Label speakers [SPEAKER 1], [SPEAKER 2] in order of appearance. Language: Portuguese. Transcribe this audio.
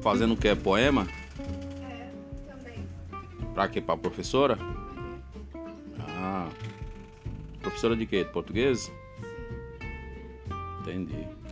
[SPEAKER 1] fazendo o que? Poema?
[SPEAKER 2] É, também.
[SPEAKER 1] Pra quê? Pra professora? Ah. Professora de quê? De português?
[SPEAKER 2] Sim.
[SPEAKER 1] Entendi.